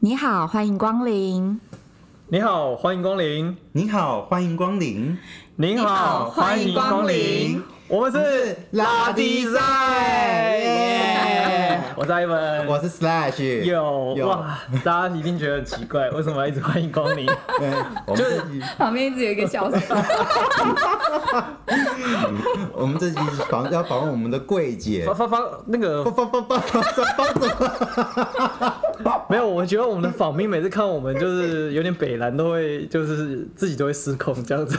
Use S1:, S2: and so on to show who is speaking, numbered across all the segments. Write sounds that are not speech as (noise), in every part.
S1: 你好，欢迎光临。
S2: 你好，欢迎光临。
S3: 您好，欢迎光临。
S2: 您
S1: 好欢迎光临。
S2: 我们是
S3: 拉迪赛耶
S2: (laughs) 我是艾文，
S3: 我是 Slash，
S2: 有
S3: 有
S2: 哇，大家一定觉得很奇怪，为什么要一直欢迎光临？
S3: 对，我们这集
S4: 旁边一直有一个小声，
S3: 我们这集是访要访问我们的柜姐
S2: 方。方方那
S3: 帮
S2: 个
S3: 帮帮帮帮帮怎么了？
S2: 没有，我觉得我们的访民每次看我们就是有点北蓝，都会就是自己都会失控这样子。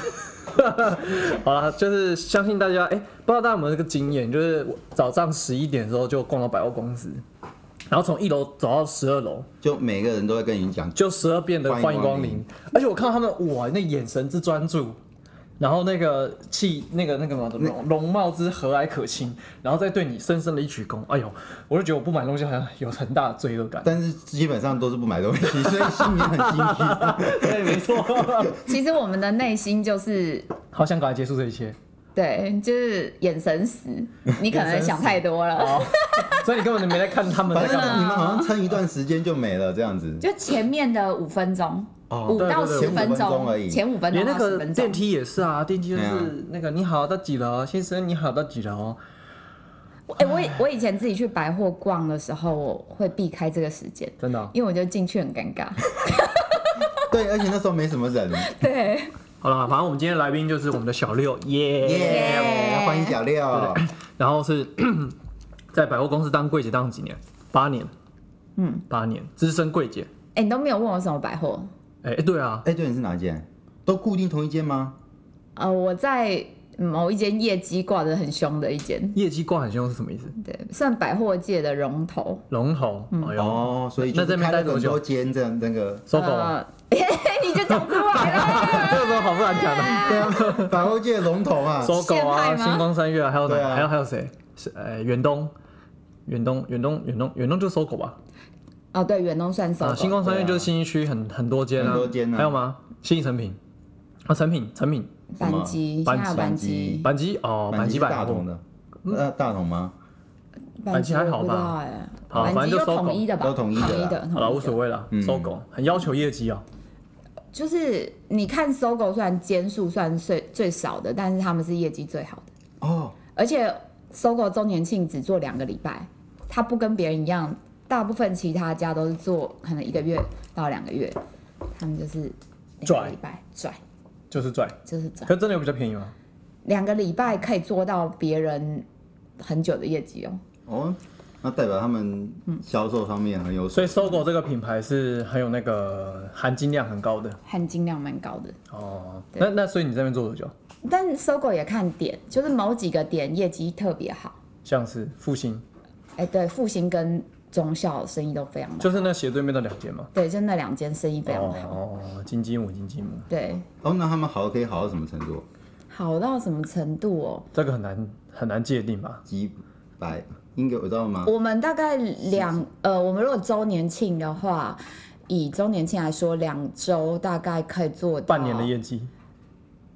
S2: (laughs) 好了，就是相信大家，哎、不知道大家有没有这个经验，就是早上十一点的时候就逛到百货公司，然后从一楼走到十二楼，
S3: 就每个人都在跟你讲，
S2: 就十二变的欢
S3: 欢
S2: 迎
S3: 迎
S2: 光
S3: 光
S2: 临
S3: 临，
S2: 而且我看到他们哇，那眼神之专注，然后那个气那个那个什么容容貌之和蔼可亲，然后再对你深深的一鞠躬，哎呦，我就觉得我不买东西好像有很大的罪恶感。
S3: 但是基本上都是不买东西，所以心里很心虚。
S2: (laughs) 对，没错，
S4: (laughs)
S2: (laughs)
S4: 其实我们的内心就是。
S2: 好想赶快结束这一
S3: (laughs)
S2: 切。
S4: 对，就是眼神死，你可能想太多了。
S2: 好，哦所以你根本就没在看他们在
S3: 反
S2: 干嘛。
S3: 正你们好像撑一段时间就没了这样子。
S4: 就前面的五分钟，
S3: 哦
S4: 五
S2: 对
S4: 到
S2: 对
S4: 十
S2: 对
S4: 分
S3: 前五分钟而已
S4: 钟，前五分
S2: 连
S4: 钟
S2: 那
S4: 到十
S2: 个
S4: 分
S2: 电
S4: 钟，
S2: 梯也是啊，电梯就
S3: 对啊
S2: 是那个你好到几楼，先生你好到几楼，
S4: 哎、我以我以前自己去百货逛的时候，我会避开这个时间，
S2: 真的哦。
S3: 嗯
S4: 因为我觉得进去很尴尬。
S3: 对，而且那时候没什么人。
S4: 对，
S2: 好了，反正我们今天来宾就是我们的小六，耶
S3: 耶，我们要欢迎小六。
S2: 然后是 (coughs) 在百货公司当柜姐当了几年？八年，
S4: 嗯，
S2: 八年，资深柜姐。
S4: 哎、你都没有问我什么百货，
S2: 哎、哎对啊，
S3: 哎，对，你是哪一间？都固定同一间吗？
S4: 呃，我在某一间业绩挂得很凶的一间，
S2: 业绩挂很凶是什么意思？
S4: 对，算百货界的龙头。
S2: 龙头，哎呦，
S3: 哦，所以就
S2: 那
S3: 是
S2: 这边
S3: 开
S2: 待
S3: 了
S2: 多
S3: 很
S2: 久
S3: 多间这样那个。
S2: 搜狗、啊，
S4: 呃， (laughs) 你就讲出来了。
S2: (laughs) 这个时候好不难讲的，
S3: 对啊，百货界龙头
S2: (laughs)
S3: 啊。
S2: 搜狗啊，
S4: 陷害吗
S2: 星光三月啊，还有
S3: 对
S2: 哪？
S3: 啊
S2: 还有还有谁？是呃，远东。远东，远东，远东，远东就搜狗吧。
S4: (laughs) 哦，对，远东算
S2: 啊，
S4: 搜
S2: 星
S4: 狗。
S2: 光三月
S3: 对啊
S2: 就是新一区很很多间啊，
S3: 很多间啊
S2: 还有吗？新一成品啊，成品，成品，
S3: 什么
S4: 班机，现
S2: 班
S4: 在有
S3: 机
S4: 班
S3: 班机
S4: 机，
S2: 板机哦，板
S3: 满
S2: 机
S3: 级
S2: 百
S3: 大
S2: 货
S3: 同的，呃，大同吗？
S2: 班机还好吧
S4: 我不知道哎，
S2: 好反
S4: 班机
S2: 正就
S4: 就
S2: 搜狗
S4: 统一的吧，
S3: 都统一的啦
S4: 统一的，统一
S2: 好
S4: 的
S2: 了，无所谓了。
S3: 嗯
S2: 搜狗很要求业绩啊，
S4: 就是你看搜狗，虽然间数算最最少的，但是他们是业绩最好的，
S3: 哦，
S4: 而且搜狗周年庆只做两个礼拜，它不跟别人一样，大部分其他家都是做可能一个月到两个月，他们就是两
S2: 拽
S4: 个礼拜拽，
S2: 就是拽。
S4: 就是拽，
S2: 可真的有比较便宜吗？
S4: 两个礼拜可以做到别人很久的业绩哦。
S3: 哦，那代表他们销售方面很有
S2: 所
S3: 水
S2: 以搜狗这个品牌是很有那个含金量很高的
S4: 含金量蛮高的，
S2: 哦。
S4: 对
S2: 那那所以你在那边做多久？
S4: 但搜狗也看点，就是某几个点业绩特别好。
S2: 像是复兴，
S4: 哎，对，复兴跟中校生意都非常好，
S2: 就是那斜对面的两间嘛。
S4: 对，就啊那两间生意非常好。
S2: 哦哦，金鸡母，金鸡母，
S4: 对，
S3: 哦，那他们好可以好到什么程度？
S4: 好到什么程度哦？
S2: 这个很难很难界定吧？
S3: 几百？应该我知道
S2: 嗯
S3: 吗？
S4: 我们大概两呃，我们如果周年庆的话，以周年庆来说，两周大概可以做到
S2: 半年的，业绩，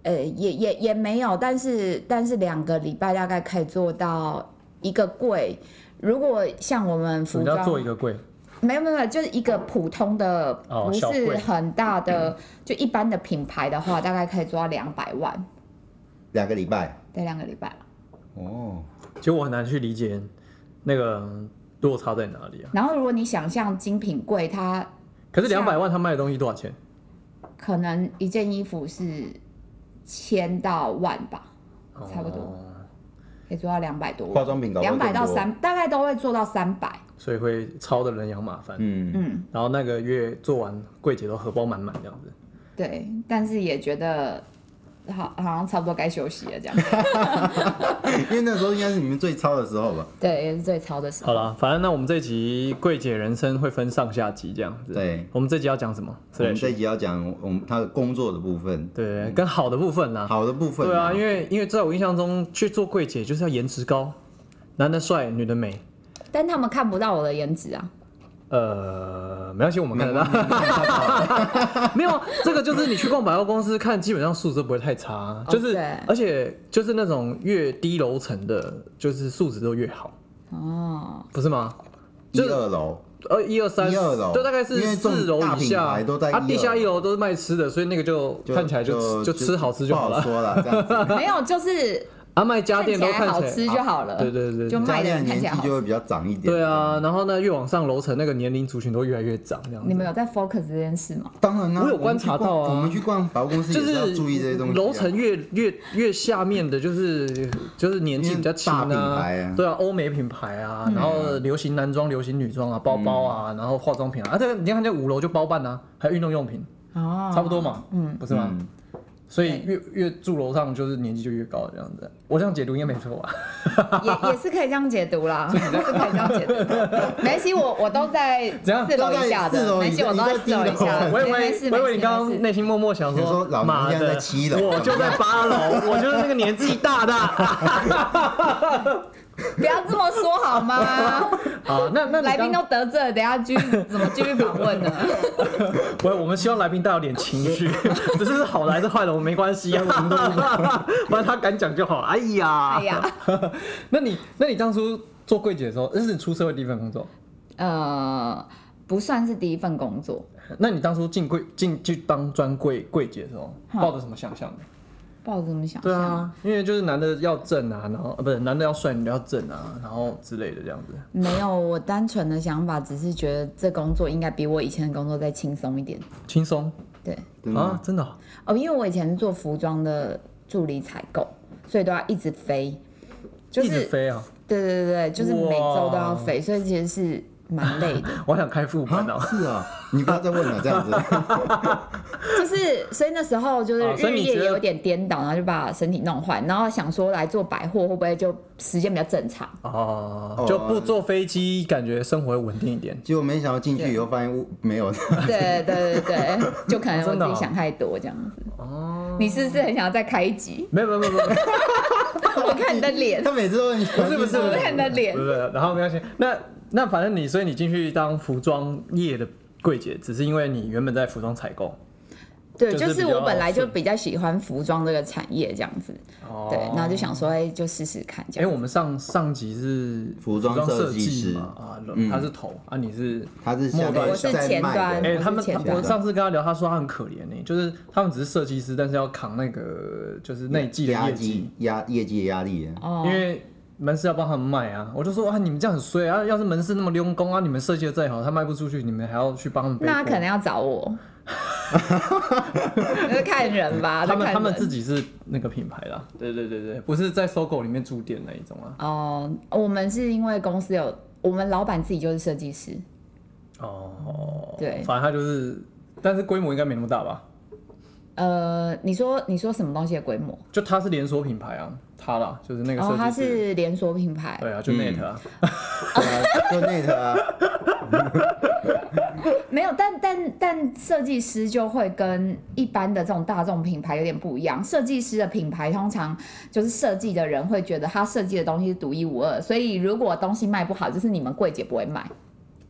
S4: 呃，也也也没有，但是但是两个礼拜大概可以做到一个柜。如果像我们服
S2: 你
S4: 装
S2: 要做一个柜，
S4: 没有没有，没有，就是一个普通的，
S2: 哦
S4: 不
S2: 小
S4: 是
S2: 柜嗯
S4: 很大的，就一般的品牌的话，大概可以做到两百万，
S3: 两个礼拜？
S4: 对，两个礼拜。
S3: 哦，
S2: 其实我很难去理解那个落差在哪里啊。
S4: 然后如果你想象精品柜，它
S2: 可是两百万他卖的东西多少钱？
S4: 可能一件衣服是千到万吧，差不多
S2: 哦
S4: 可以做到两百多
S3: 化
S4: 万，
S3: 妆品搞不好
S4: 两百
S3: 更多
S4: 到，三，大概都会做到三百。
S2: 所以会超的人仰马翻。
S3: 嗯，
S4: 嗯，
S2: 然后那个月做完，柜姐都荷包满满这样子。
S4: 对，但是也觉得好，好像差不多该休息了
S2: (laughs)
S4: 这样。
S3: 因为那时候应该是你们最超的时候吧？
S4: 对，也是最超的时
S2: 好
S4: 候。
S2: 了，反正那我们这集柜姐人生会分上下集这样子。
S3: 对，
S2: 我们这集要讲什么？
S3: 我们这
S2: Slash
S3: 一集要讲我们他的工作的部分，
S2: 对，跟好的部分啦。
S3: 好的部分。
S2: 对啊，因
S3: 为
S2: 为因为在我印象中，去做柜姐就是要颜值高，男的帅，女的美。
S4: 但他们看不到我的颜值啊，
S2: 呃，没关系，我们看得到。 (laughs) 没有，这个就是你去逛百货公司看，基本上素质都不会太
S3: 哦
S2: 差，就是
S4: 对
S2: 而且就是那种越低楼层的，就是素质都越好， (laughs)
S4: 哦，
S2: 不是吗？
S3: 一二楼，
S2: 呃一二三
S3: 一二楼
S2: 对，大概是
S3: 因为这种
S2: 四楼
S3: 大
S2: 以
S3: 品
S2: 下
S3: 牌都在一
S2: 啊，
S3: 二
S2: 地下一楼都是卖吃的，所以那个就看起来就吃就吃好吃就
S3: 不
S2: 好
S3: 好
S2: 了。
S3: 说了，这样子。 (laughs)
S4: 没有，就是
S2: 啊，卖家
S4: 看起
S2: 电都
S4: 来
S2: 看
S4: 好
S2: 起来
S4: 吃就好了。
S2: 对对对
S4: 就
S2: 对，
S4: 卖的人
S3: 年
S4: 看起来
S3: 纪
S4: 好
S3: 就
S4: 吃。
S3: 会比较长一点。
S2: 对啊，，然后呢，越往上楼层那个年龄族群都越来越长，这样子。
S4: 你们有在 focus 这件事吗？
S3: 当然啦、
S2: 我有
S3: 们
S2: 观
S3: 去
S2: 察
S3: 逛
S2: 到啊
S3: 我们去逛百货公司
S2: 就
S3: 也是要
S2: 是
S3: 注意这些东西、啊。
S2: 楼层越越越下面的，就是就是年纪比较轻
S3: 因为大品
S2: 啊
S3: 牌啊，
S2: 对啊，欧美品牌啊，
S4: 嗯
S2: 然后流行男装、流行女装啊，包包
S3: 嗯
S2: 啊，然后化妆品啊，啊，这个你看这五楼就包办啊，还有运动用品，
S4: 哦
S2: 差不多。嘛，嗯，不是吗？
S3: 嗯
S2: 所以越越住楼上就是年纪就越高这样子，我这样解读应该没
S4: (laughs)
S2: 错吧？
S4: 也也是可以这样解读
S2: (laughs)
S4: 啦，也是可以这样解读。没系，我我都在
S2: 怎样
S4: 四楼以下
S3: 都在
S4: 的，
S3: 四楼以
S4: 没系，
S3: 下
S4: 我都在四楼以下的。
S2: 我以
S4: 没
S2: 为
S4: 事
S2: 我
S4: 没
S2: 以为
S4: 事
S2: 你刚
S4: 没
S2: 刚
S4: 事
S2: 内心默默想
S3: 你
S2: 说
S3: 说，老娘
S2: 妈
S3: 现在
S2: 的，
S3: 在七楼
S2: 我就在八
S3: (laughs)
S2: 楼，我就是那个年纪大的啊。
S4: 不要这么说好吗？
S2: 啊那 (laughs) 那你
S4: 来宾
S2: 刚
S4: 都得罪了，等一下继续怎么继续访问
S2: (laughs)
S4: 呢？
S2: 不，我们希望来宾带有点情绪， (laughs) 只是是好的还是坏的，我们没关
S3: (laughs)
S2: 系啊，反正他敢讲就好。哎呀，
S4: 哎呀，
S2: 那你那你当初做柜姐的时候，那是你出社会第一份工作，
S4: 呃，不算是第一份工作，
S2: 那你当初进柜进去当专柜柜姐的时候，抱着什么想象呢？
S4: 抱着这么想
S2: 对
S4: 象，
S2: 啊，因为就是男的要正啊，然后呃不是男的要帅，女的要正啊，然后之类的这样子。
S4: 没有，我单纯的想法只是觉得这工作应该比我以前的工作再轻松一点。
S2: 轻松
S4: 对，
S3: 真的
S2: 啊
S3: 吗，
S2: 真的哦、
S4: 哦，因为我以前是做服装的助理采购，所以都要一直飞，就
S2: 一直
S4: 是
S2: 飞啊！
S4: 对对对对，就是每周都要飞，所以其实是蛮累的。
S2: (laughs) 我想开副本哦、
S3: 啊，是啊，你不要再问了，这样子。
S4: 就是所以那时候就是
S2: 哦所以
S4: 日
S2: 你
S4: 夜
S2: 觉得
S4: 也有点颠倒，然后就把身体弄坏，然后想说来做百货会不会就时间比较正
S2: (laughs)
S4: 常？
S3: (laughs)
S2: 哦
S3: 哦，
S2: 就不坐飞机，感觉生活会稳定一点。
S3: 结果没想到进去以后发现我没有，
S4: 对对对对，就可能
S2: 哦
S4: 我
S2: 真的
S4: 自
S2: 哦
S4: 己想太多这样子。哦，你是不是很想要再开一集？
S2: 没有没有
S4: (laughs)
S2: 没有没有，
S4: 我看你的脸，
S3: 他每次都很不
S2: 是不是
S4: 我看你的脸
S2: 不，是，然后没关系。那那反正你，所以你进去当服装业的柜姐，只是因为你原本在服装采购。
S4: 对，
S2: 就
S4: 就
S2: 是比
S4: 是
S2: 较
S4: 我本来就是比较喜欢服装这个产业这样子，
S2: 哦
S4: 对，然后就想说，哎，就试试看这
S2: 哎，
S4: 样。
S2: 我们上上集是
S3: 服装
S2: 设
S3: 设计师
S2: 嘛啊
S3: 嗯，
S2: 他是头啊，你是
S3: 他是下
S2: 末
S3: 面
S2: 端
S3: 在
S4: 我是前
S3: 卖
S4: 端
S2: 哎、
S3: 的，
S4: 我是
S2: 他们
S4: 前端
S2: 我上次跟他聊，他说他很可怜呢、就是他们只是设计师，但是要扛那个就是内季的
S3: 压
S2: 业绩
S3: 力，压业绩的压力。
S4: 哦
S2: 哎因为门市要帮他们卖啊。我就说啊，你们这样很衰啊！要是门市那么溜工啊，你们设计的再好，他卖不出去，你们还要去帮他们背锅。
S4: 那可能要找
S2: (laughs)
S4: 我。那是看人吧，
S2: 他
S4: 就
S2: 们
S4: 看
S2: 他们
S4: 人
S2: 自己是那个品牌啦，对对对对，不是在搜狗里面驻店那一种啊。
S4: 哦、我们是因为公司有我们老板自己就是设计师，
S2: 哦，
S4: 对
S2: 反正他就是，但是规模应该没那么大吧？
S4: 呃，你说你说什么东西的规模？
S2: 就他是连锁品牌啊，哦他啦，就是那个
S4: 然后、
S2: 设计师。
S4: 它是连锁品牌，
S2: 对啊，就 Net 啊，
S3: 对啊，就那个啊，
S4: 没有，但但但设计师就会跟一般的这种大众品牌有点不一样。设计师的品牌通常就是设计的人会觉得他设计的东西是独一无二，所以如果东西卖不好，就是你们柜姐不会卖。
S2: 嗯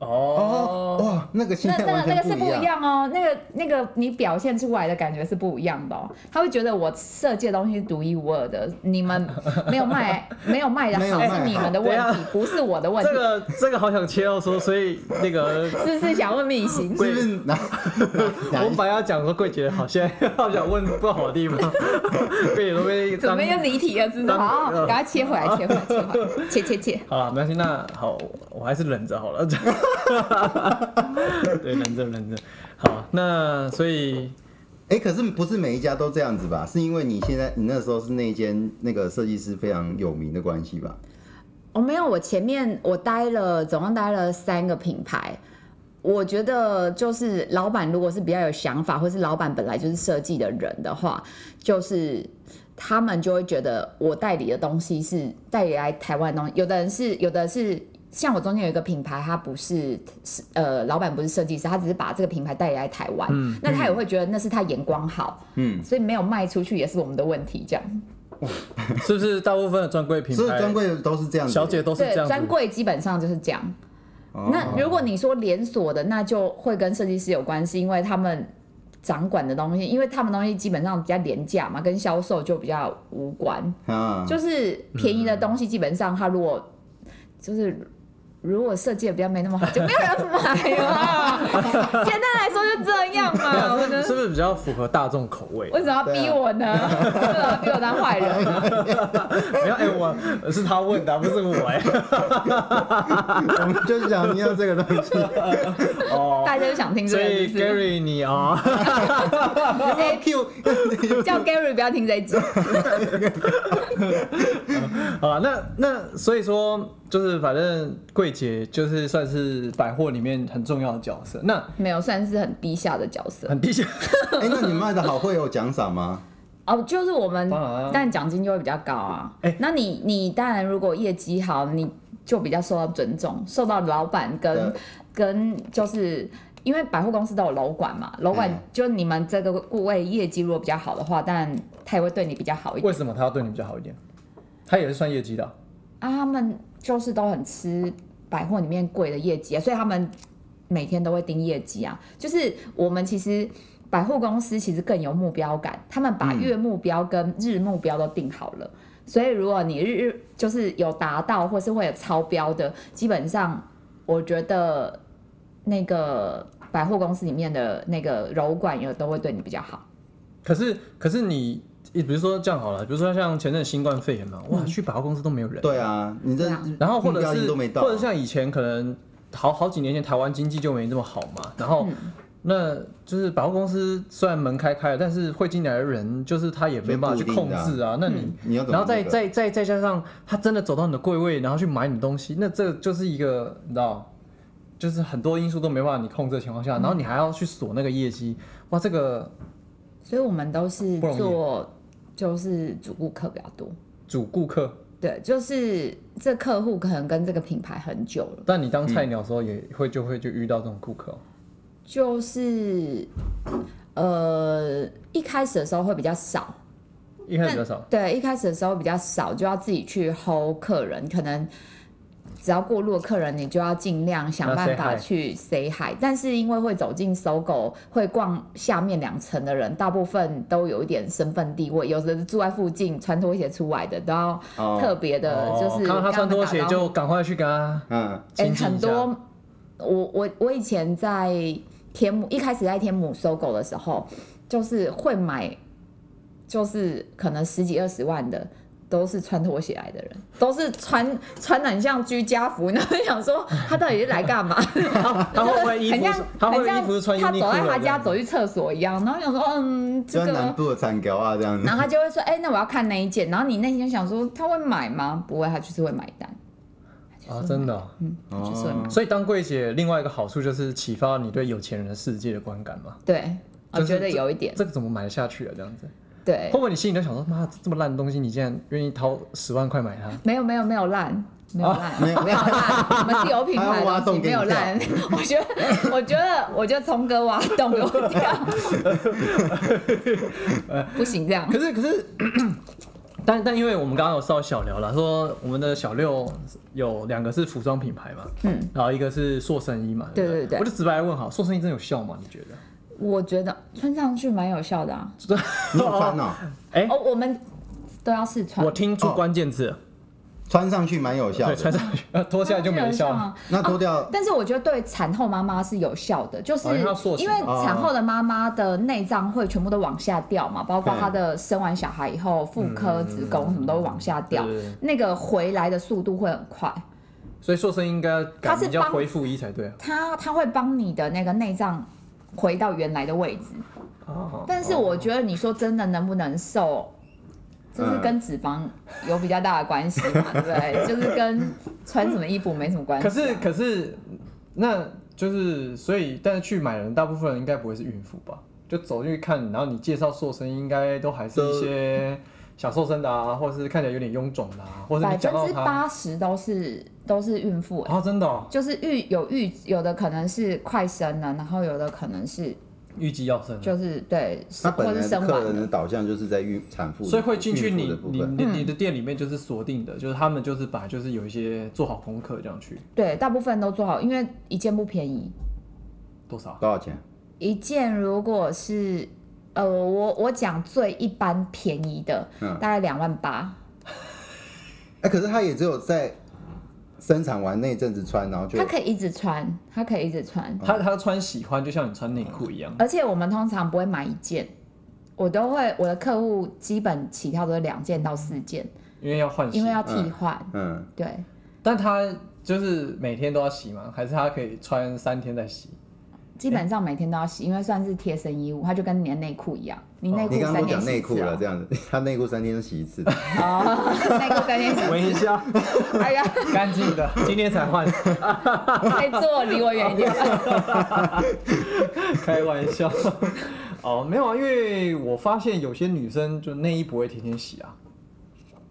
S3: 哦，哇，那个
S4: (laughs)
S3: 心
S4: 那
S3: 态
S4: 那
S3: 完
S4: 个那
S3: 全
S4: 个是不
S3: 一
S4: 一
S3: 样。
S4: 样哦，那个那个你表现出来的感觉是不一样的哦。他会觉得我设计的东西是独一无二的，你们没有卖没有卖的
S3: 没
S4: 好
S3: 有啊 (laughs) 卖
S4: 是你
S3: 好
S4: 们的
S2: 对啊
S4: 问题，不是我的问题
S3: (laughs)
S2: 这，个这个好想切到说，所以那个
S4: 是不是想问密
S3: (laughs)
S4: 行？
S3: 是不是哪哪
S2: 我们
S3: 一
S2: 本来要讲说桂姐好，现在 (laughs) 好想问不好的地方， (laughs) 桂姐都被
S4: 怎
S2: 当
S4: 么又离题了？是不是？
S2: 当
S4: 好，
S2: 呃
S4: 赶快切回来，切回来，切回来，切切切。
S2: 好了，没关系，那好，我还是忍着好了。 (laughs) 对，忍着忍着。好，那所以
S3: 哎、可是不是每一家都这样子吧？是因为你现在你那时候是那一间那个设计师非常有名的关系吧？
S4: 我、哦没有，我前面我待了总共待了三个品牌。我觉得就是老板如果是比较有想法，或是老板本来就是设计的人的话，就是他们就会觉得我代理的东西是代理来台湾的东西。有的人是，有的是像我中间有一个品牌，他不是是呃老板不是设计师，他只是把这个品牌代理来台湾，那他也会觉得那是他眼光好，
S3: 嗯，
S4: 所以没有卖出去也是我们的问题，这样。
S2: 是不是大部分的专柜品
S3: 所以专
S2: 牌
S3: 柜都是这样子。
S2: 小姐都哦是
S4: 对
S2: 这，样
S4: 专
S2: 子？
S4: 柜基本上就是这样。
S3: 哦，
S4: 那如果你说连锁的，那就会跟设计师有关系，因为他们掌管的东西，因为他们东西基本上比较廉价嘛，跟销售就比较无关。
S2: 嗯
S3: 啊， (laughs)
S4: 就是便宜的东西，基本上它如果就是如果设计的比较没那么好，就没有人买
S2: (laughs)
S4: 嘛。简单来说就这样嘛，我
S2: 是
S4: 的。
S2: 不是比较符合大众口
S4: (laughs)
S2: 味？
S4: 为什么要逼我呢？为什么要
S2: 啊
S4: (laughs) 逼我当坏人啊呢？
S2: 没有，哎、我是他问的，不是我哎、
S3: 我们就想要这个 (laughs) 东西。
S2: 哦，
S4: 大家就想听这
S2: 所
S4: 个是
S2: 以
S4: 不是，
S2: Gary 你啊、哦，
S4: (laughs) 哎
S3: Q，
S4: 叫 Gary 不要听这一集。
S2: 啊，那那所以说，就是反正柜姐就是算是百货里面很重要的角色，那
S4: 没有，算是很低下的角色
S2: 很低下，
S3: 哎，那你卖的好会有奖赏吗？
S4: 哦，就是我们
S2: 当然啊，
S4: 但奖金就会比较高啊。
S2: 哎
S4: 那你你当然如果业绩好，你就比较受到尊重，受到老板跟
S3: 对
S4: 跟就是。因为百货公司都有楼管嘛，楼管
S3: 嗯
S4: 就你们这个顾位业绩如果比较好的话，当然他也会对你比较好一点
S2: (laughs) 为什么他要对你比较好一点？他也是算业绩的啊、
S4: 啊。他们就是都很吃百货里面贵的业绩啊，所以他们每天都会盯业绩啊。就是我们其实百货公司其实更有目标感，他们
S2: 嗯
S4: 把月目标跟日目标都定好了。所以如果你日日就是有达到，或是会有超标的，基本上我觉得那个百货公司里面的那个柔管也都会对你比较好。
S2: 可是可是你，比如说这样好了，比如说像前阵新冠肺炎嘛，哇，去百货公司都没有人，
S3: 嗯对啊，你这
S4: 对啊
S2: 然后或
S3: 目
S2: 者
S3: 标一
S2: 是
S3: 都没到，啊
S2: 或者像以前可能好好几年前台湾经济就没那么好嘛，然
S3: 嗯
S2: 后。那就是百货公司虽然门开开了，但是会进来的人就是他也没办法去控
S3: 就固定
S2: 制
S3: 的嗯
S2: 啊。那你，
S3: 你要怎么那个？
S2: 然后再再再再加上他真的走到你的柜位，然后去买你东西，那这就是一个你知道，就是很多因素都没办法你控制的情况下，然后你还要去锁那个业绩，哇，这个
S4: 所以我们都是
S2: 不容易
S4: 做就是主顾客比较多。
S2: 主顾客。
S4: 对，就是这客户可能跟这个品牌很久了，
S2: 但你当
S3: 嗯
S2: 菜鸟的时候也会就会就遇到这种顾客哦、
S4: 就是呃一开始的时候会比较少，
S2: 一开始比较少，
S4: 对，一开始的时候比较少，就要自己去 hold 客人，可能只要过路的客人，你就要尽量想办法
S2: 要 say hi
S4: 去 say hi。但是因为会走进搜狗，会逛下面两层的人，大部分都有一点身份地位，有的是住在附近，穿拖鞋出来的，都要
S3: 哦
S4: 特别的，
S2: 哦
S4: 呃就是
S2: 看到他
S4: 跟
S2: 穿
S4: 们
S2: 拖
S4: 打
S2: 鞋
S4: 招呼
S2: 就赶快去跟他
S3: 嗯，
S4: 哎、
S2: 亲近一
S4: 很
S2: 下
S4: 多，我我我以前在天母一开始在天母搜狗的时候，就是会买，就是可能十几二十万的。都是穿拖鞋来的人，都是穿穿的很像居家服，然后想说他到底是来干嘛？
S2: (laughs) 他会不会衣
S4: 很
S2: 服
S4: 像
S2: 是？他会
S4: 很
S2: 不会
S4: 像
S2: 衣服是穿
S4: 他
S2: Uniqlo
S4: 走在他
S2: 的
S4: 家走去厕所一样，然后想说嗯，这
S3: 就像南
S4: 个，
S3: 部的产条啊这样子
S4: 然。后他就会说哎、那我要看那一件，然后你内心就想说他会买吗？不会，他就是会买单，
S2: 啊？真的哦、
S4: 他就是会买，
S2: 所以当柜姐另外一个好处就是启发你对有钱人的世界的观感嘛。
S4: 对，我
S2: 就是
S4: 哦觉得
S2: 这
S4: 有一点，
S2: 这个怎么买得下去啊？这样子，
S4: 对
S2: 会，不会你心里就想说，妈，这么烂的东西，你竟然愿意掏十万块买它？
S4: 没有没有没有烂，没有
S2: 哦
S4: 烂，
S3: 没有
S4: 没有烂，我们是有品牌
S3: 他要挖
S4: 的东西，
S3: 洞
S4: 没
S3: 给你
S4: 有烂。 (laughs) 我觉得，我觉得，我觉得聪哥挖洞给我
S2: (laughs)
S4: 跳，不行这样
S2: 可。是可是，但但因为我们刚刚有稍微小聊了，说我们的小六有两个是服装品牌嘛，嗯，然后一个是塑身衣嘛，
S4: 对
S2: 不
S4: 对对
S2: 我就直白地问好，塑身衣真的有效吗？你觉得？ (laughs)
S4: 我觉得穿上去蛮有效的啊。
S3: 你有穿哦，
S2: 哎
S4: 哦，我们都要试穿
S2: 我，听出关键字了，
S3: 穿上去蛮有效
S2: 对，穿
S3: 的。
S2: 上去， (laughs) 呃脱下来就没
S4: 有
S2: 效了。
S4: 啊。
S3: 那脱掉
S4: 但是我觉得对产后妈妈是有效的，就是
S2: 哦因为它塑形
S4: 因为产后的妈妈的内脏会全部都往下掉嘛，包括她的生完小孩以后，妇科、子宫什么都会往下掉
S2: 嗯对对对，
S4: 那个回来的速度会很快。
S2: 所以塑身衣应该改
S4: 它是
S2: 名叫
S4: 帮
S2: 恢复衣才对啊。
S4: 它它会帮你的那个内脏回到原来的位置。
S2: 哦，
S4: 但是我觉得你说真的能不能瘦，就是
S2: 嗯
S4: 跟脂肪有比较大的关系嘛，
S2: (laughs)
S4: 对不对？就是跟穿什么衣服没什么关系
S2: 可
S4: 啊。
S2: 是可是，那就是所以，但是去买的人大部分人应该不会是孕妇吧？就走进去看，然后你介绍塑身，应该都还是一些小瘦身的啊，或者是看起来有点臃肿的啊，或者
S4: 百
S2: 你
S4: 分
S2: 讲到
S4: 之
S2: 他
S4: 八十都是都是孕妇、欸，
S2: 啊，真的哦
S4: 就是预有预有的可能是快生了，然后有的可能是
S2: 预计要生了，
S4: 就是对，
S3: 他
S4: 或
S3: 本
S4: 是
S3: 来
S4: 生
S3: 客
S4: 完
S3: 人的
S4: 了。
S3: 导向就是在孕产妇，
S2: 所以会进去
S3: 孕妇
S2: 你
S3: 的部
S2: 你
S3: 分。
S2: 你你的店里面就是锁定的，就是他们就是本来就是有一些做好功课这样去
S4: 对，大部分都做好，因为一件不便宜，
S2: 多少啊
S3: 多少钱？
S4: 一件如果是呃，我我讲最一般便宜的，
S3: 嗯
S4: 大概两万八，
S3: 哎，可是他也只有在生产完那一阵子穿，然后就
S4: 他可以一直穿，他可以一直穿，
S3: 嗯
S2: 他他穿喜欢，就像你穿内裤一样。
S4: 而且我们通常不会买一件，我都会我的客户基本起跳都是两件到四件，
S2: 因为要换洗，
S4: 因为要替换。
S3: 嗯，
S4: 对，
S2: 但他就是每天都要洗吗？还是他可以穿三天再洗？
S4: 基本上每天都要洗，因为算是贴身衣物，它就跟你的内裤一样，你内裤
S3: 哦你刚
S4: 三
S3: 刚
S4: 天
S3: 都讲
S4: 洗
S3: 内
S4: 一
S3: 裤
S4: 次
S3: 了，
S4: 哦
S3: 这样子，他内裤三天洗一次，
S4: 哦， (laughs) 内裤三天洗一
S2: 闻一下，
S4: 次，哎呀，
S2: 干净的，今天才换，
S4: 可以坐离我远一
S3: (laughs)
S4: 点。
S2: 开玩笑。哦，没有啊，因为我发现有些女生就内衣不会天天洗啊，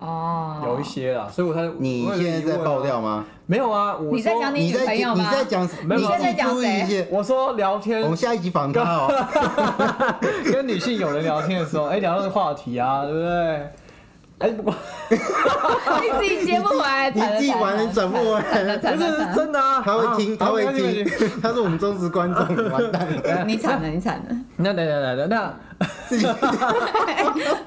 S4: 哦，
S2: 有一些啦，所以我才
S3: 你现在
S2: 啊
S3: 在爆料？吗？
S2: 没有啊，我
S4: 你在
S2: 说
S4: 讲
S3: 你
S4: 你女
S3: 在
S4: 朋友
S3: 讲你
S4: 吗
S3: 在讲，
S2: 没有
S3: 你
S2: 你现
S3: 自
S4: 在
S3: 己
S4: 讲
S3: 注意一
S4: 谁
S3: 些。
S2: 我说聊
S3: 我
S2: 天
S3: 们下一集访他哦。
S2: 跟女性友人聊天的时候，哎、聊到这个话题啊，对不对？哎、不过
S4: 哦你自己接不回来，
S3: (laughs) 你自己玩了转不回
S4: (laughs)
S3: 来，
S2: 不是是真的啊，
S3: 他会听，
S2: 啊
S3: 他会。
S2: 好没关系没
S3: 听
S2: 关系，
S3: (laughs) 他是我们忠实观众，完蛋了，
S4: 你惨了，你惨了，
S2: 那等等等等，那
S3: 自己
S4: (laughs)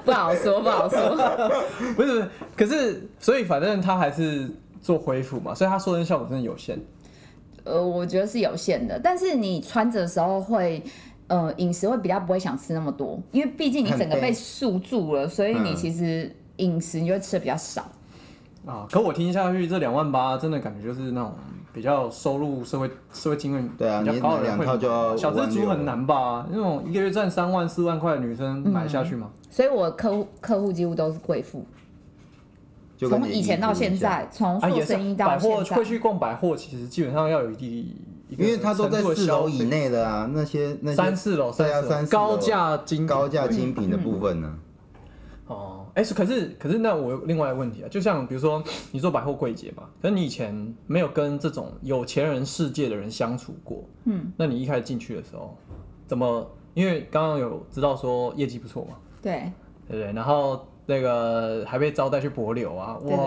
S4: 不好说，不好说。
S2: 不是不是，可是所以反正他还是做恢复嘛，所以他说的效果真的有限。
S4: (laughs) 呃，我觉得是有限的，但是你穿着的时候会。呃，饮食会比较不会想吃那么多，因为毕竟你整个被束住了，所以
S2: 嗯
S4: 你其实饮食你就会吃的比较少。
S2: 啊，可我听下去，这两万八真的感觉就是那种比较收入社会社会经验
S3: 对啊
S2: 比较高的人
S3: 你买两
S2: 会
S3: 套就要
S2: 小
S3: 5万
S2: 资
S3: 六
S2: 族很难吧？那种一个月赚三万四万块的女
S4: 嗯
S2: 生买下去吗？
S4: 所以我客户客户几乎都是贵妇，
S3: 就跟
S4: 从以前到现，在，从
S2: 啊，
S4: 做
S2: 也是
S4: 生意
S2: 百
S4: 到
S2: 货
S4: 现在，
S2: 会去逛百货，其实基本上要有一定一个
S3: 因为他都
S2: 程
S3: 在
S2: 度的
S3: 四楼
S2: 消费
S3: 以内的啊，那些那些
S2: 三四楼，
S3: 对啊
S2: 四
S3: 三
S2: 楼
S3: 四楼
S2: 高价金
S3: 高价精品的部分呢，
S2: 哦，哎、是可是可是那我有另外一个问题啊，就像比如说你做百货柜姐嘛，可是你以前没有跟这种有钱人世界的人相处过，嗯，那你一开始进去的时候，怎么？因为刚刚有知道说业绩不错嘛，
S4: 对，
S2: 对不对？然后那个还被招待去博流啊，
S4: 对对对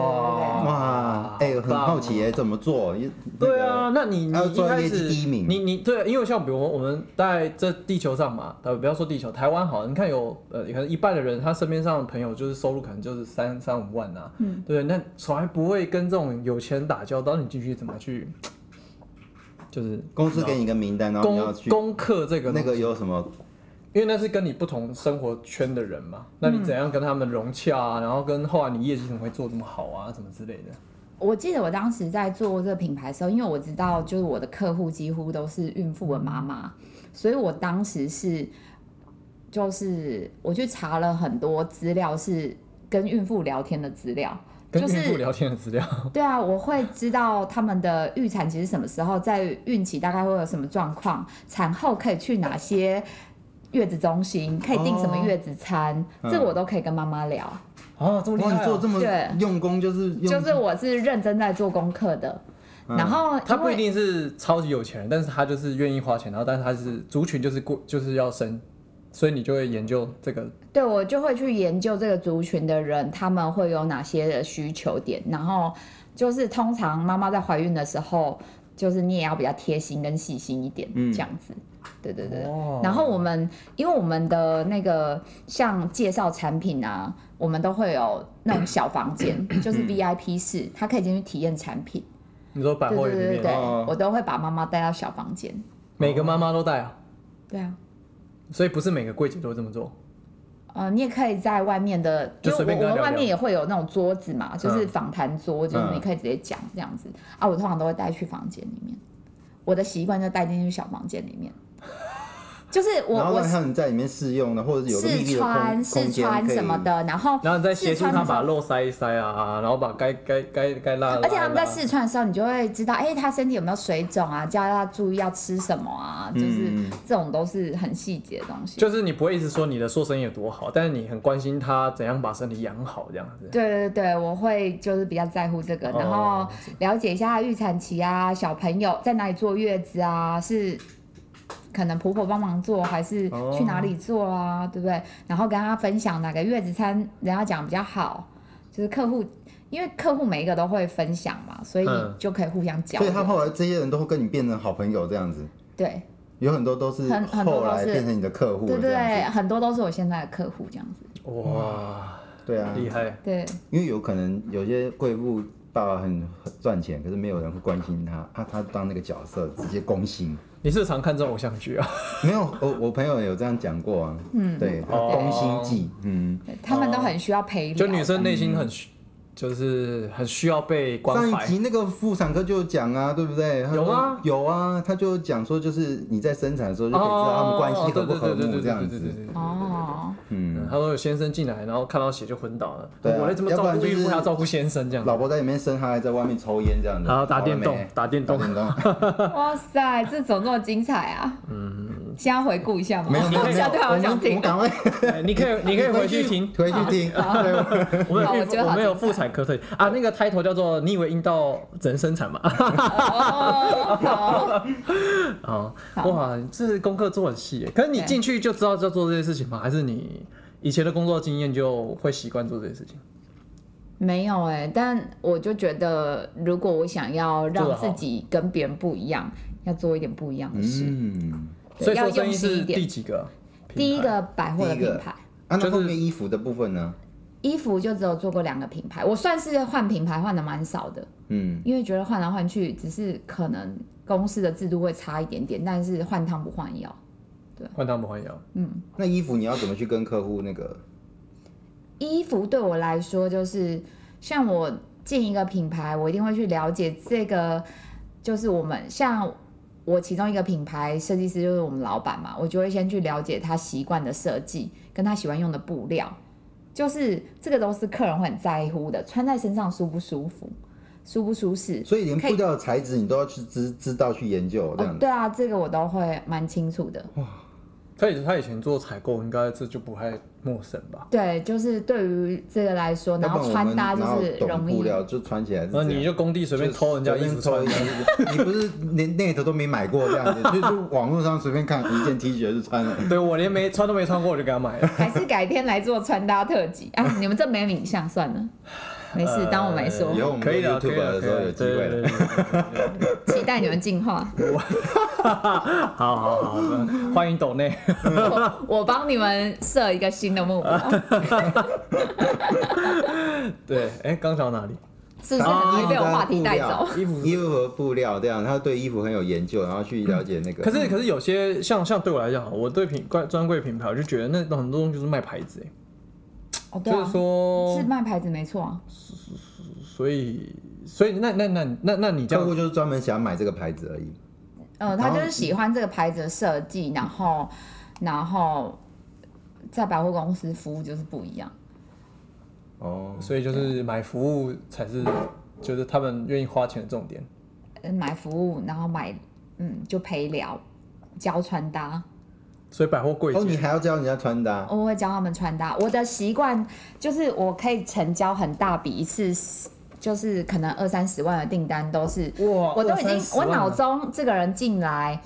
S3: 哇，哎，很好奇哎，怎么做？一
S2: 对啊，，那你
S3: 还有
S2: 你一
S3: 专
S2: 开
S3: 业是
S2: 始
S3: 第一名
S2: 你你对，因为像比如我们在这地球上嘛，呃，不要说地球，台湾好了，你看有呃，可能一半的人他身边上的朋友就是收入可能就是三三五万啊，嗯，对，那从来不会跟这种有钱人打交道，你进去怎么去，就是
S3: 公司给你个名单，然后你要
S2: 攻
S3: 去
S2: 攻克这个
S3: 那
S2: 东
S3: 个
S2: 西，
S3: 有什么？
S2: 因为那是跟你不同生活圈的人嘛，那你怎样跟他们融洽啊？然后跟后来你业绩怎么会做这么好啊？怎么之类的？
S4: 我记得我当时在做这个品牌的时候，因为我知道就是我的客户几乎都是孕妇的妈妈，所以我当时是就是我去查了很多资料，是跟孕妇聊天的资料，
S2: 跟
S4: 就
S2: 孕妇
S4: 是
S2: 聊天的资料，
S4: 对啊，我会知道他们的预产期是什么时候，在孕期大概会有什么状况，产后可以去哪些月子中心，可以订
S2: 哦
S4: 什么月子餐，
S3: 嗯
S4: 这我都可以跟妈妈聊。
S2: (laughs) 啊，这么厉害、
S3: 哇，
S2: 啊！
S3: 你做这么
S4: 对
S3: 用功，就是用
S4: 就是我是认真在做功课的，
S3: 嗯
S4: 然后
S2: 他不
S4: 因为
S2: 一定是超级有钱人，但是他就是愿意花钱，然后但是他是族群就是过就是要生，所以你就会研究这个
S4: 对，我就会去研究这个族群的人，他们会有哪些的需求点，然后就是通常妈妈在怀孕的时候，就是你也要比较贴心跟细心一点，
S3: 嗯
S4: 这样子。对对对。
S2: 哦
S4: 然后我们因为我们的那个像介绍产品啊，我们都会有那种小房间，就是
S2: 嗯
S4: VIP 室，他可以进去体验产品。
S2: 你说百
S4: 对
S2: 货里
S4: 对
S2: 面
S4: 对对
S3: 哦，
S4: 我都会把妈妈带到小房间。
S2: 每个妈妈都带啊，
S4: 对啊。
S2: 所以不是每个柜姐都会这么做。
S4: 呃，你也可以在外面的，因
S2: 就
S4: 为我
S2: 随便跟
S4: 我
S2: 他
S4: 们
S2: 聊
S4: 外面
S2: 聊
S4: 也会有那种桌子嘛，就是
S2: 嗯
S4: 访谈桌，就是你可以直接讲这样子、啊。我通常都会带去房间里面，我的习惯就带进去小房间里面，就是我
S3: 然后
S4: 我
S3: 让他们在里面试用的，或者是有个密
S4: 试
S3: 闭的空
S4: 穿试
S3: 空间
S4: 穿
S3: 可以
S4: 什么的，然后
S2: 然后你再协
S4: 试
S2: 助
S4: 穿
S2: 他
S4: 的时候
S2: 把肉塞一塞啊，然后把该该该该拉的拉一拉。啊
S4: 而且他们在试穿的时候，你就会知道，哎、他身体有没有水肿啊，叫他注意要吃什么啊，就是
S3: 嗯
S4: 这种都是很细节的东西。
S2: 就是你不会一直说你的塑身有多好，但是你很关心他怎样把身体养好这样子。
S4: 对对对，我会就是比较在乎这个，然后
S2: 哦
S4: 了解一下预产期啊，小朋友在哪里坐月子啊，是可能婆婆帮忙做，还是
S2: 哦
S4: 去哪里做啊，对不对？然后跟他分享哪个月子餐人家讲比较好，就是客户，因为客户每一个都会分享嘛，所以
S2: 嗯
S4: 就可以互相交
S3: 所
S4: 流。
S3: 以他后来这些人都会跟你变成好朋友这样子，
S4: 对
S3: 有很多都是
S4: 很很多都
S3: 后来
S4: 是
S3: 变成你的客户
S4: 对
S3: 了这
S4: 对，
S3: 样子。
S4: 很多都是我现在的客户这样子。
S2: 哇，
S3: 对啊，
S2: 厉害！
S4: 对，
S3: 因为有可能有些贵妇爸爸很很赚钱，可是没有人会关心他啊，他当那个角色直接攻心。
S2: 你是不是常看这种偶像剧啊？
S3: 没有，我我朋友有这样讲过啊，嗯，对，他
S2: 哦
S3: 攻心计，嗯，
S4: 他们都很需要陪聊。
S2: 就女生内心很需，就是很需要被
S3: 上
S2: 关
S3: 一
S2: 怀。
S3: 集那个妇产科就有讲啊，对不对？他说
S2: 有吗
S3: 有啊，他就讲说，就是你在生产的时候就可以知道他们关系合不合
S2: 哦对对对对
S3: 睦
S2: 对
S3: 这样
S2: 对对对
S3: 子，
S2: 对对
S4: 哦，
S3: 嗯，
S2: 他说有先生进来，然后看到血就昏倒了。
S3: 对啊
S2: 我来怎么照
S3: 要不然
S2: 顾
S3: 就是
S2: 孕妇，还要照顾先生这样。
S3: 老婆在里面生，他还在外面抽烟这样子，
S2: 然后打电
S3: 好了
S2: 动
S3: 没，
S2: 打电动
S3: 打。电
S4: (laughs)
S2: (laughs)
S3: 动，
S4: 哇塞，这怎么这么精彩啊？嗯，先要回顾一下吗？
S3: 没有
S4: (laughs)
S3: 没有
S4: 等一
S3: 没有，
S4: 下对，好
S3: 我
S4: 想
S3: 们我
S4: 听
S3: 们。赶快，
S2: 哎你可以，你可以回去听。
S3: 回去听，对，
S2: (laughs) 我们有
S4: 好
S2: 孕
S4: 我觉得
S2: 妇我
S4: 好
S2: 们有
S4: 精彩
S2: 妇产科特辑啊，那个 title 叫做“你以为阴道只能生产吗
S4: 哦，好，？”
S2: 啊，
S4: 好
S2: 哇，这功课做很细耶。可是你
S4: 对
S2: 进去就知道要做这些事情吗？还是你以前的工作经验就会习惯做这些事情？
S4: 没有哎、但我就觉得，如果我想要
S2: 做得
S4: 让
S2: 好
S4: 自己跟别人不一样，要做一点不一样的事。
S3: 嗯，
S4: 对
S2: 所以
S4: 要
S2: 做生
S4: 用
S2: 意
S4: 心一
S2: 是
S4: 点
S2: 第几个？
S4: 第一。个百货的
S3: 第一个
S4: 品牌，
S3: 啊，那
S2: 就是
S3: 后面衣服的部分呢？
S4: 衣服就只有做过两个品牌，我算是换品牌换的蛮少的，
S3: 嗯，
S4: 因为觉得换来换去，只是可能公司的制度会差一点点，但是换汤不换药。
S2: 换汤不换药，
S3: 那衣服你要怎么去跟客户那个？
S4: 衣服对我来说，就是像我进一个品牌，我一定会去了解这个，就是我们像我其中一个品牌设计师就是我们老板嘛，我就会先去了解他习惯的设计，跟他喜欢用的布料，就是这个都是客人会很在乎的，穿在身上舒不舒服，舒不舒适。
S3: 所以连
S4: 可以
S3: 布料的材质你都要去知知道去研究这
S4: 哦
S3: 样，子。
S4: 对啊，这个我都会蛮清楚的。
S3: 哦
S2: 他以他以前做采购，应该这就不太陌生吧？
S4: 对，就是对于这个来说，然
S3: 要不
S4: 后
S3: 我
S4: 穿
S3: 们
S4: 搭就
S3: 哪
S4: 是
S3: 有懂
S4: 容
S3: 布
S4: 易。
S3: 料就穿起来是这
S2: 那
S3: 样，
S2: 你就工地随便偷人家衣服穿
S3: 随，便偷 (laughs) 一下，你不是连内头都没买过这样子，就就网络上随便看一件 T 恤就穿了。
S2: 对我连没穿都没穿过，我就给他买了。
S4: 还是改天来做穿搭特辑啊！你们这没有影像算了，没
S2: 呃
S4: 事，当我没说
S3: 以。后我们
S2: 哦可以
S3: 做
S2: 的，可以
S3: YouTuber 的时候有机会了
S2: 对对对对对
S4: 期待你们进化，
S2: 好好好，那欢迎抖内。
S4: 我我帮你们设一个新的目
S2: 呃
S4: 标，
S2: 对，哎，刚讲到哪里？
S4: 是不是很容易被我话题带走？
S2: 衣服。
S3: 衣服和布料这样，他对衣服很有研究，然后去了解那个。
S2: 可是可是有些像像对我来讲，我对品专专柜品牌，我就觉得那很多东西就是卖牌子，哎
S4: 哦，对
S2: 就是
S4: 啊，
S2: 说
S4: 是，卖牌子没错啊，
S2: 所以所以那那那那那你这
S3: 客
S2: 样
S3: 户就是专门想买这个牌子而已。
S4: 嗯，他就是喜欢这个牌子的设计，然后然后在百货公司服务就是不一样。
S3: 哦，
S2: 所以就是买服务才是，就是他们愿意花钱的重点。
S4: 呃买服务，然后买嗯就陪聊，教穿搭，
S2: 所以百货柜
S3: 哦，你
S2: 姐，
S3: 还要教人家穿啊搭？
S4: 我会教他们穿搭。我的习惯就是我可以成交很大笔一次，就是可能二三十万的订单都是，
S2: 哇
S4: 我都已
S2: 哦二三
S4: 经我
S2: 十万
S4: 脑中这个人进来，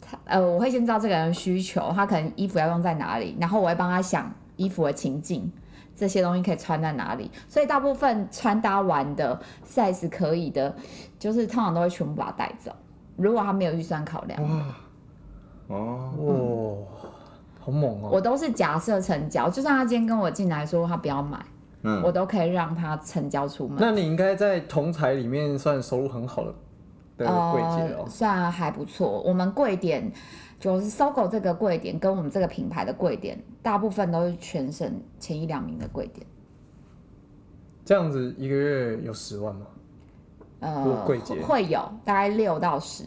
S4: 他呃我会先知道这个人的需求，他可能衣服要用在哪里，然后我会帮他想衣服的情境。这些东西可以穿在哪里？所以大部分穿搭完的 size 可以的，就是通常都会全部把它带走。如果他没有预算考量，
S2: 嗯
S3: 哦，
S2: 哇，好猛哦！
S4: 我都是假设成交，就算他今天跟我进来说他不要买，
S3: 嗯
S4: 我都可以让他成交出门。
S2: 那你应该在同台里面算收入很好的的柜姐哦
S4: 呃，。算还不错。我们贵点就是搜狗这个贵点跟我们这个品牌的贵点，大部分都是全省前一两名的贵点。
S2: 这样子一个月有十万吗？如果
S4: 呃，
S2: 柜姐
S4: 会有大概六到十，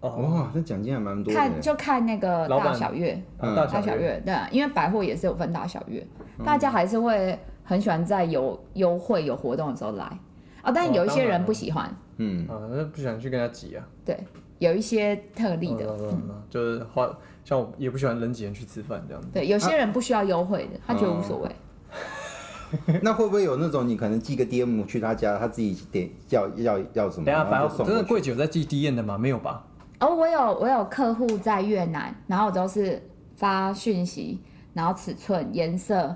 S2: 哦，
S3: 哇，这奖金还蛮多的
S4: 看
S3: 耶。
S4: 就看那个
S2: 欸老板
S4: 大小月，
S3: 嗯
S2: 啊大
S4: 大
S2: 小
S4: 小
S2: 月，嗯
S4: 月对，啊因为百货也是有分大小月，大家还是会很喜欢在有优惠、有活动的时候来啊、但
S2: 哦
S4: 有一
S2: 当
S4: 些
S2: 然
S4: 人
S2: 了
S4: 不喜欢，
S3: 嗯，
S2: 啊，那不想去跟他挤啊。
S4: 对，有一些特例的，
S2: 嗯嗯嗯就是花，像我也不喜欢人挤人去吃饭这样子。
S4: 对，有些人不需要优惠的，他觉得无所
S2: 嗯
S4: 谓。
S3: 那会不会有那种你可能寄个 DM 去他家，他自己点要要要什么，
S2: 等一下，
S3: 然
S2: 百
S3: 后
S2: 货
S3: 就送
S2: 真的
S3: 过去？
S2: 柜姐有在寄 D N 的吗？没有吧？
S4: 哦，我有我有客户在越南，然后我都是发讯息，然后尺寸、颜色，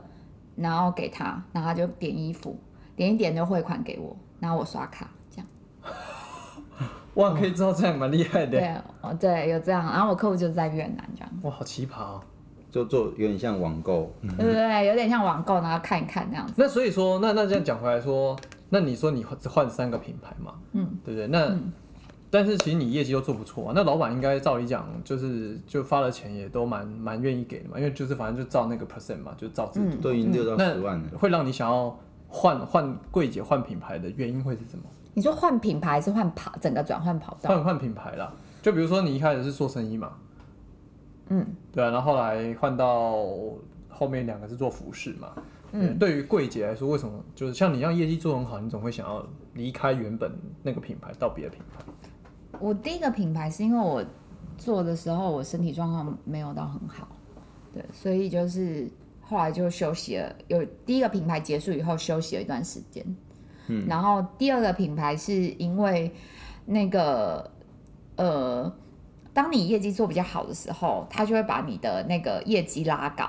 S4: 然后给他，然后他就点衣服，点一点就汇款给我，然后我刷卡这样。
S2: 哇，可以知道这样蛮厉害的。
S4: 对，哦对，有这样，然后我客户就在越南这样，
S2: 哇，好奇葩哦。
S3: 就做有点像网购，
S4: 嗯对不对？有点像网购，然后看一看那样子。
S2: 那所以说，那那这样讲回来说，那你说你换只换三个品牌嘛，嗯，对不对？那、但是其实你业绩又做不错啊，那老板应该照理讲就是就发了钱也都蛮蛮愿意给的嘛，因为就是反正就照那个 percent 嘛，就照制度。
S3: 都已经六到
S2: 那
S3: 十万了。
S2: 会让你想要换换柜姐换品牌的原因会是什么？
S4: 你说换品牌还是换跑整个转换跑道？
S2: 换换品牌啦，就比如说你一开始是做生意嘛，嗯，对啊，然后后来换到后面两个是做服饰嘛，嗯，对于柜姐来说，为什么就是像你一样业绩做很好，你总会想要离开原本那个品牌到别的品牌？
S4: 我第一个品牌是因为我做的时候我身体状况没有到很好，对，所以就是后来就休息了。有第一个品牌结束以后休息了一段时间，嗯，然后第二个品牌是因为那个呃，当你业绩做比较好的时候，他就会把你的那个业绩拉高，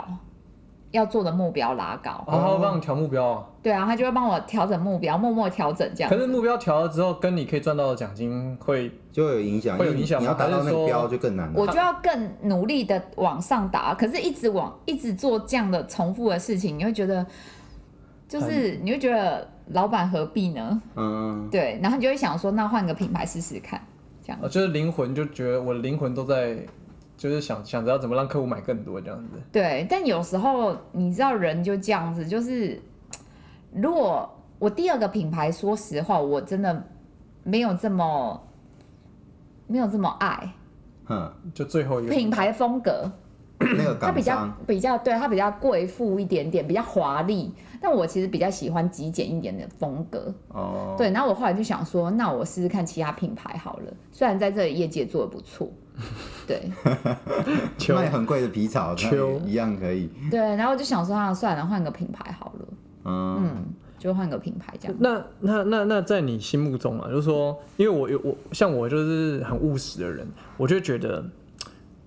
S4: 要做的目标拉高，
S2: 然后帮你调目标啊，
S4: 对啊，他就会帮我调整目标，默默调整这样
S2: 可
S4: 子。
S2: 是目标调了之后，跟你可以赚到的奖金会
S3: 就会有影响，
S2: 会有
S3: 因为
S2: 影响吗
S3: 你要达到那
S2: 还是
S3: 个
S2: 说
S3: 标就更难了。
S4: 我就要更努力的往上打，可是一直往一直做这样的重复的事情，你会觉得，就是你会觉得老板何必呢？
S3: 嗯，
S4: 对，然后你就会想说，那换个品牌试试看，这样
S2: 啊，就是灵魂就觉得我的灵魂都在，就是想想着要怎么让客户买更多这样子。
S4: 对。但有时候你知道人就这样子，就是如果我第二个品牌，说实话，我真的没有这么没有这么爱
S3: 哼，
S2: 就最后一个
S4: 品牌风格，
S3: 那个
S4: 它
S3: 港
S4: 比较
S3: 商，
S4: 比较对，它比较贵妇一点点，比较华丽。但我其实比较喜欢极简一点的风格。
S3: 哦，
S4: 对，然后我后来就想说，那我试试看其他品牌好了。虽然在这里业界做的不
S2: (laughs)
S4: 错，对
S2: 秋
S3: 卖很贵的皮草，那
S2: 秋
S3: 也一样可以。
S4: 对，然后我就想说，啊，算了，换个品牌好了，
S3: 嗯，
S4: 嗯，就换个品牌这样。
S2: 那那那那在你心目中啊，就是说，因为我有我像我就是很务实的人，我就觉得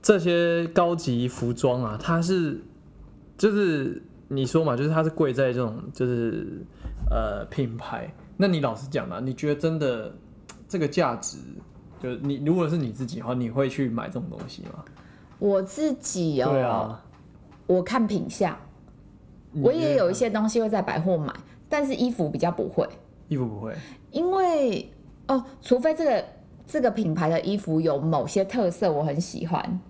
S2: 这些高级服装啊，它是就是你说嘛，就是它是贵在这种就是呃品牌。那你老实讲啊，你觉得真的这个价值，就是你如果是你自己的话，你会去买这种东西吗？
S4: 我自己哦，
S2: 对啊，
S4: 我看品相，我也有一些东西会在百货买，但是衣服比较不会。
S2: 衣服不会，
S4: 因为哦，除非这个这个品牌的衣服有某些特色，我很喜欢。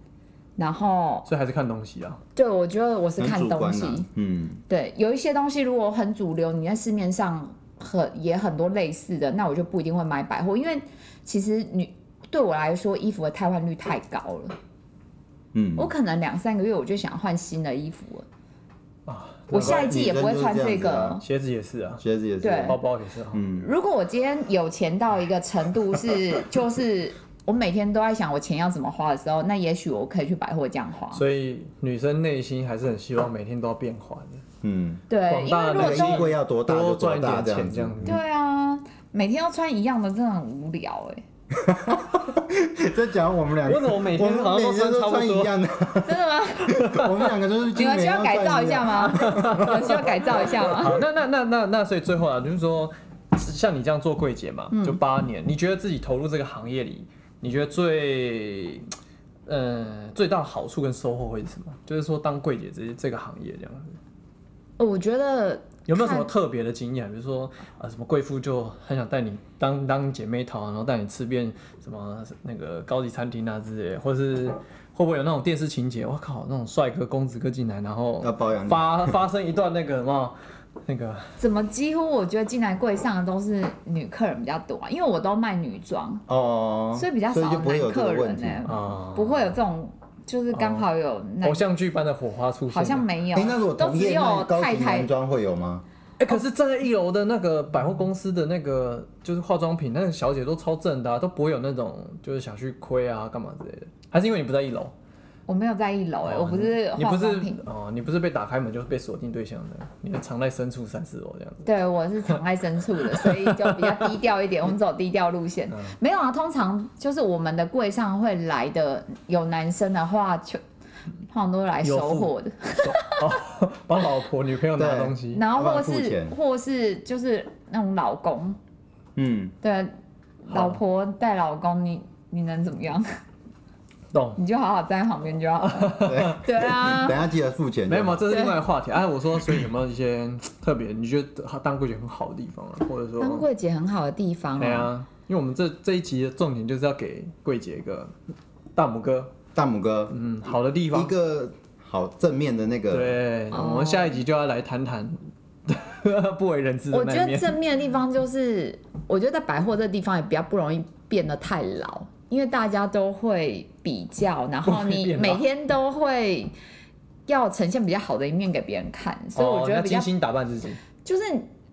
S4: 然后，
S2: 所以还是看东西啊。
S4: 对我觉得我是
S3: 很
S4: 看
S3: 主
S4: 东
S3: 观
S4: 西，
S3: 呐。嗯，
S4: 对，有一些东西如果很主流，你在市面上很也很多类似的，那我就不一定会买百货，因为其实你对我来说，衣服的汰换率太高了，
S3: 嗯，
S4: 我可能两三个月我就想换新的衣服了，
S2: 啊，
S4: 我下一季也不会穿这
S3: 女生就是这
S4: 个。
S3: 样子啊
S2: 鞋子也是啊，
S3: 鞋子也是，
S4: 对
S2: 包包也是啊。
S3: 嗯，
S4: 如果我今天有钱到一个程度是， (laughs) 就是我每天都在想我钱要怎么花的时候，那也许我可以去百货这样花。
S2: 所以女生内心还是很希望每天都要变化的，
S3: 嗯，
S4: 对，
S2: 广
S4: 因
S2: 大
S4: 为
S2: 的
S4: 如果
S3: 那个
S2: 内
S4: 都
S3: 衣柜要多大就
S2: 多
S3: 多
S2: 赚一
S3: 大
S2: 点
S3: 这样
S2: 钱这
S3: 子
S2: 样，子。
S4: 对啊，每天都穿一样的，真的很无聊
S3: (laughs)
S4: 哎、
S3: 这讲我们两个，
S2: 我怎么每天
S3: 我们
S2: 好像都
S3: 每天都
S2: 穿差不
S3: 穿一
S2: 多 (laughs)
S3: 样的？
S4: 真的吗？
S3: 我们两个就是
S4: 你们需要改造一下
S3: 吗？
S4: 吗？
S3: (laughs)
S4: 你们需要改造一下吗？
S2: (laughs) 好，那那那那那，所以最后啊，就是说，像你这样做柜姐嘛，就八年，你觉得自己投入这个行业里，你觉得最呃最大的好处跟收获会是什么？就是说当柜姐这这个行业这样子，
S4: 我觉得
S2: 有没有什么
S4: 看
S2: 特别的经验？比如说呃，什么贵妇就很想带你当当姐妹淘，然后带你吃遍什么那个高级餐厅啊之类的，或是会不会有那种电视情节？我靠，那种帅哥公子哥进来，然后
S3: 要包养你
S2: 发发生一段那个什么那个
S4: 怎么几乎我觉得进来柜上的都是女客人比较多、啊，因为我都卖女装，
S3: 哦，
S4: 所以比较
S3: 所以
S4: 少
S3: 就不会有
S4: 男
S3: 这个
S4: 客
S3: 问
S4: 人
S3: 题哦
S4: 哎、
S2: 啊
S4: 不会有这种就是刚好有男
S2: 偶像剧般的火花出现，
S4: 好像。没有，
S3: 哎，那如果
S4: 都
S3: 同
S4: 只
S3: 业卖
S4: 有
S3: 高
S4: 太
S3: 级
S4: 太
S3: 男。装会有吗？
S2: 哎、可是站在一楼的那个百货公司的那个就是化妆品，那个小姐都超正的、啊，都不会有那种就是想去亏啊干嘛之类的。还是因为你不在一楼，
S4: 我没有在一楼哎、我不是
S2: 哦你
S4: 化
S2: 不
S4: 妆
S2: 是
S4: 品，
S2: 哦，你不是被打开门就是被锁定对象的，你的藏在深处三四楼这样子。
S4: 对我是藏在深处的，所以就比较低调一点。我们走低调路线，没有啊。通常就是我们的柜上会来的有男生的话，就通常都是来
S2: 有
S4: 收
S2: 付
S4: 货的，
S2: 哦，帮老婆女朋友拿东西，
S4: 然后
S3: 老
S4: 或
S3: 板付
S4: 是
S3: 钱
S4: 或是就是那种老公，
S3: 嗯，
S4: 对，
S2: 好
S4: 老婆带老公，你你能怎么样？
S2: 懂？
S4: (laughs) 你就好好站在旁边就好了。对啊
S3: 等，一下记得付钱就
S2: 没
S3: 好。
S2: 有嘛，这是另外一个话题。哎、我说，所以有没有一些特别你觉得当柜姐很好的地方啊？或者说，
S4: 当柜姐很好的地
S3: 嗯
S4: 方
S2: 对
S4: 啊，
S2: 啊，因为我们这这一集的重点就是要给柜姐一个大拇哥，
S3: 大拇哥，
S2: 嗯，好的地
S3: 一
S2: 方。
S3: 个好正面的那个，
S2: 对，
S4: 哦
S2: 我们下一集就要来谈谈 (laughs) 不为人知的
S4: 我
S2: 那
S4: 觉
S2: 一
S4: 得
S2: 面。
S4: 正面的地方就是，我觉得在百货这地方也比较不容易变得太老，因为大家都会比较，然后
S2: 不容易
S4: 你
S2: 变老
S4: 每天都会要呈现比较好的一面给别人看，所以
S2: 哦，
S4: 我觉得
S2: 要
S4: 比较
S2: 精心打扮
S4: (laughs)
S2: 自己，
S4: 就是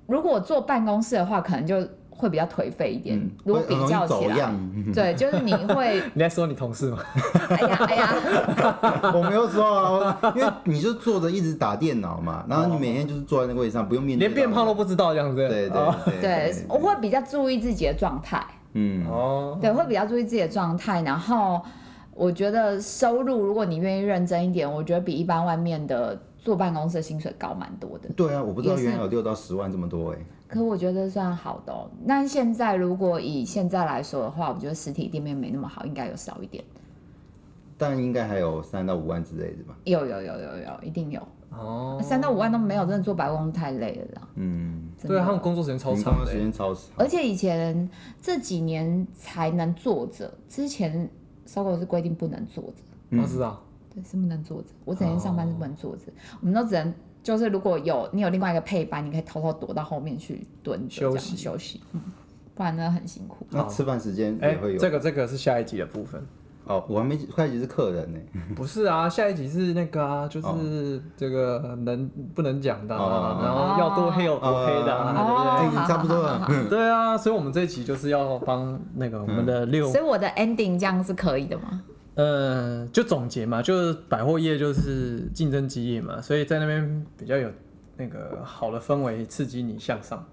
S4: 如果坐办公室的话，可能就会比较颓废一点。如果
S3: 嗯会
S4: 比
S3: 很容易
S4: 较起
S3: 走
S4: 来，
S3: 样。 (laughs)
S4: 对，就是你会，
S2: 你在说你同事吗？
S4: 哎呀哎呀，
S3: 我没有说啊，因为你就坐着一直打电脑嘛，然后你每天就是坐在那个位置上，不用面对，
S2: 哦连变胖都。不知道这样子。
S3: 对
S2: 哦
S3: 对
S4: 对，我会比较注意自己的状态，
S3: 嗯，
S2: 哦，
S4: 对，会比较注意自己的状态。然后我觉得收入，如果你愿意认真一点，我觉得比一般外面的坐办公室的薪水高蛮多的。
S2: 嗯
S3: 对啊，我不知道
S4: 也是
S3: 原来有六到十万这么多哎、
S4: 可我觉得算好的哦。那现在如果以现在来说的话，我觉得实体店面没那么好，应该有少一点。
S3: 但应该还有三到五万之类的吧。
S4: 有有有有有，一定有。
S2: 哦，
S4: 三到五万都没有，真的做白工太累了啦。
S3: 嗯，
S4: 真的
S2: 对他们工作时间超
S3: 你
S2: 长
S3: 工作
S2: 的
S3: 时
S2: 欸。
S3: 间超时，
S4: 而且以前这几年才能坐着，之前搜狗是规定不能坐着，
S3: 嗯
S2: 我知道，
S4: 对，是不能坐着。我整天上
S2: 哦
S4: 班是不能坐着，我们都只能就是如果有你有另外一个配班，你可以偷偷躲到后面去蹲着
S2: 休
S4: 这样
S2: 息
S4: 休息，嗯，不然呢很辛苦。
S3: 那吃饭时间
S2: 哎
S3: 也会，有、
S2: 这个这个是下一集的部
S3: (laughs)
S2: 分。
S3: 哦。我还没会计是客人呢、
S2: 不是啊，下一集是那个啊，就是这个能不能讲的啊
S3: 哦，
S2: 然后要多黑有多黑的啊，对
S4: 哦
S3: 已呃哎经差不多
S4: 好好
S3: 了。
S4: 好
S2: 不对？对啊，所以我们这一集就是要帮那个我们的六
S4: 所以我的 ending 这样是可以的吗？
S2: 呃，就总结嘛，就是百货业就是竞争激烈嘛，所以在那边比较有那个好的氛围刺激你向上，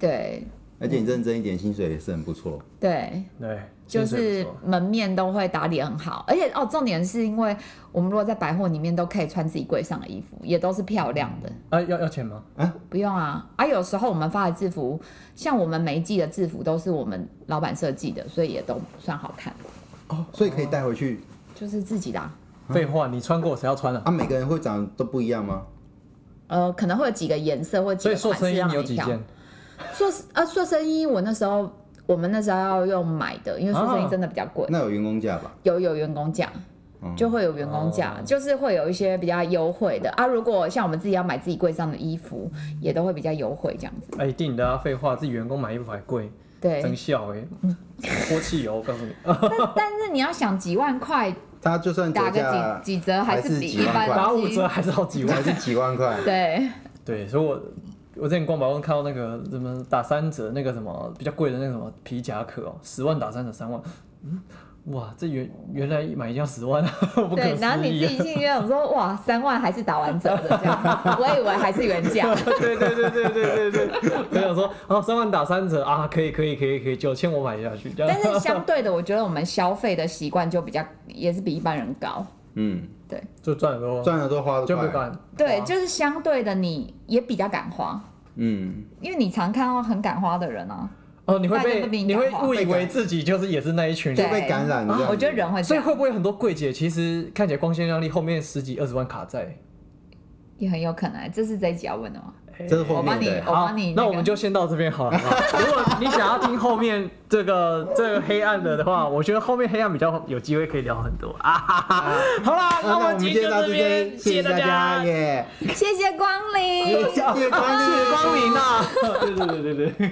S4: 对
S3: (laughs) 而且你认真一点，薪水也是很不错。
S4: 对，
S2: 对，
S4: 就
S2: 薪水
S4: 是
S2: 不错
S4: 门面都会打理很好，而且哦，重点是因为我们如果在百货里面都可以穿自己柜上的衣服，也都是漂亮的，
S2: 啊，要要钱吗？
S4: 不用啊。啊，有时候我们发的制服，像我们每一季的制服都是我们老板设计的，所以也都不算好看，
S3: 哦，所以可以带回去
S4: 就是自己的啊、
S2: 废话，你穿过谁要穿啊？
S3: 啊？每个人会长得都不一样吗？
S4: 呃，可能会有几个颜色或几
S2: 所以
S4: 个
S2: 做
S4: 款
S2: 生
S4: 式
S2: 意
S4: 让
S2: 你有
S4: 你
S2: 几
S4: 挑。
S2: 件？
S4: 做啊，做生意我那时候我们那时候要用买的，因为做生
S2: 啊
S4: 意真的比较贵。
S3: 那有员工价吧？
S4: 有有员工价，就会有员工价，
S2: 嗯哦
S4: 就是会有一些比较优惠的啊。如果像我们自己要买自己柜上的衣服，也都会比较优惠这样子。
S2: 哎，一定的啊，废话，自己员工买衣服还贵，真
S4: 对，
S2: 笑哎，泼汽油，我告诉
S4: (laughs)
S2: 你。
S4: 但是你要想几万块
S3: 他就算
S4: 打
S3: 折
S4: 个
S3: 价
S4: 几几折，还
S3: 还是
S4: 是比
S3: 几
S4: 一
S3: 万
S4: 般
S3: 块
S2: 打五
S4: 东西，
S2: 折还是好几
S3: 还
S2: 万。
S3: 是几万块
S4: 对
S2: 对，所以我我之前逛百货看到那个什么打三折那个什么比较贵的那个什么皮夹克哦，十万打三折三万，嗯，哇，这原原来买一件要十万啊， (laughs) (laughs) 不可
S4: 对，然后
S2: 思
S4: 你
S2: 议
S4: 自己
S2: 啊！
S4: 心里想说，哇，三万还是打完折的这样，我以为还是原
S2: (laughs)
S4: 价。
S2: 啊对对对对对对 (laughs) 对，我想说，哦，三万打三折啊，可以可以可以可以，九千我买下去，这样
S4: 但是相对的，我觉得我们消费的习惯就比较也是比一般人高。
S3: 嗯，
S2: (laughs) 就赚很多，
S3: 赚的都花的
S2: 就不
S3: 快，
S2: 敢
S4: 对，
S2: 花
S4: 就是相对的，你也比较敢花，
S3: 嗯，
S4: 因为你常看到很敢花的人啊。
S2: 哦，你会
S4: 大家
S2: 被
S4: 都比你
S2: 你会
S4: 敢花
S2: 误以为自己就是也是那一群人
S4: 对，
S3: 被感染了这样子。
S4: 我觉得人会这
S2: 所以
S4: 样，
S2: 会不会很多柜姐其实看起来光鲜亮丽，后面十几二十万卡在？
S4: 也很有可能。这是这一集要问的吗？
S3: 这是后
S4: 我帮
S3: 面
S4: 你，
S3: 的啊
S4: 我
S2: 好，
S4: 帮你、
S2: 那我们就先到这边好了。好不 (laughs) 好如果你想要听后面这个这个黑暗的的话，我觉得后面黑暗比较有机会可以聊很多啊。哈哈哈好啦，
S3: 那
S2: 那
S3: 我
S2: 我们
S3: 们
S2: 今
S3: 今
S2: 天就
S3: 天到
S2: 到
S3: 这
S2: 这
S3: 边，
S2: 边，
S3: 谢
S2: 谢
S3: 谢大家，耶！
S4: 谢谢光临。
S3: 谢谢光临，
S2: (laughs) 光临啊！对对对对对。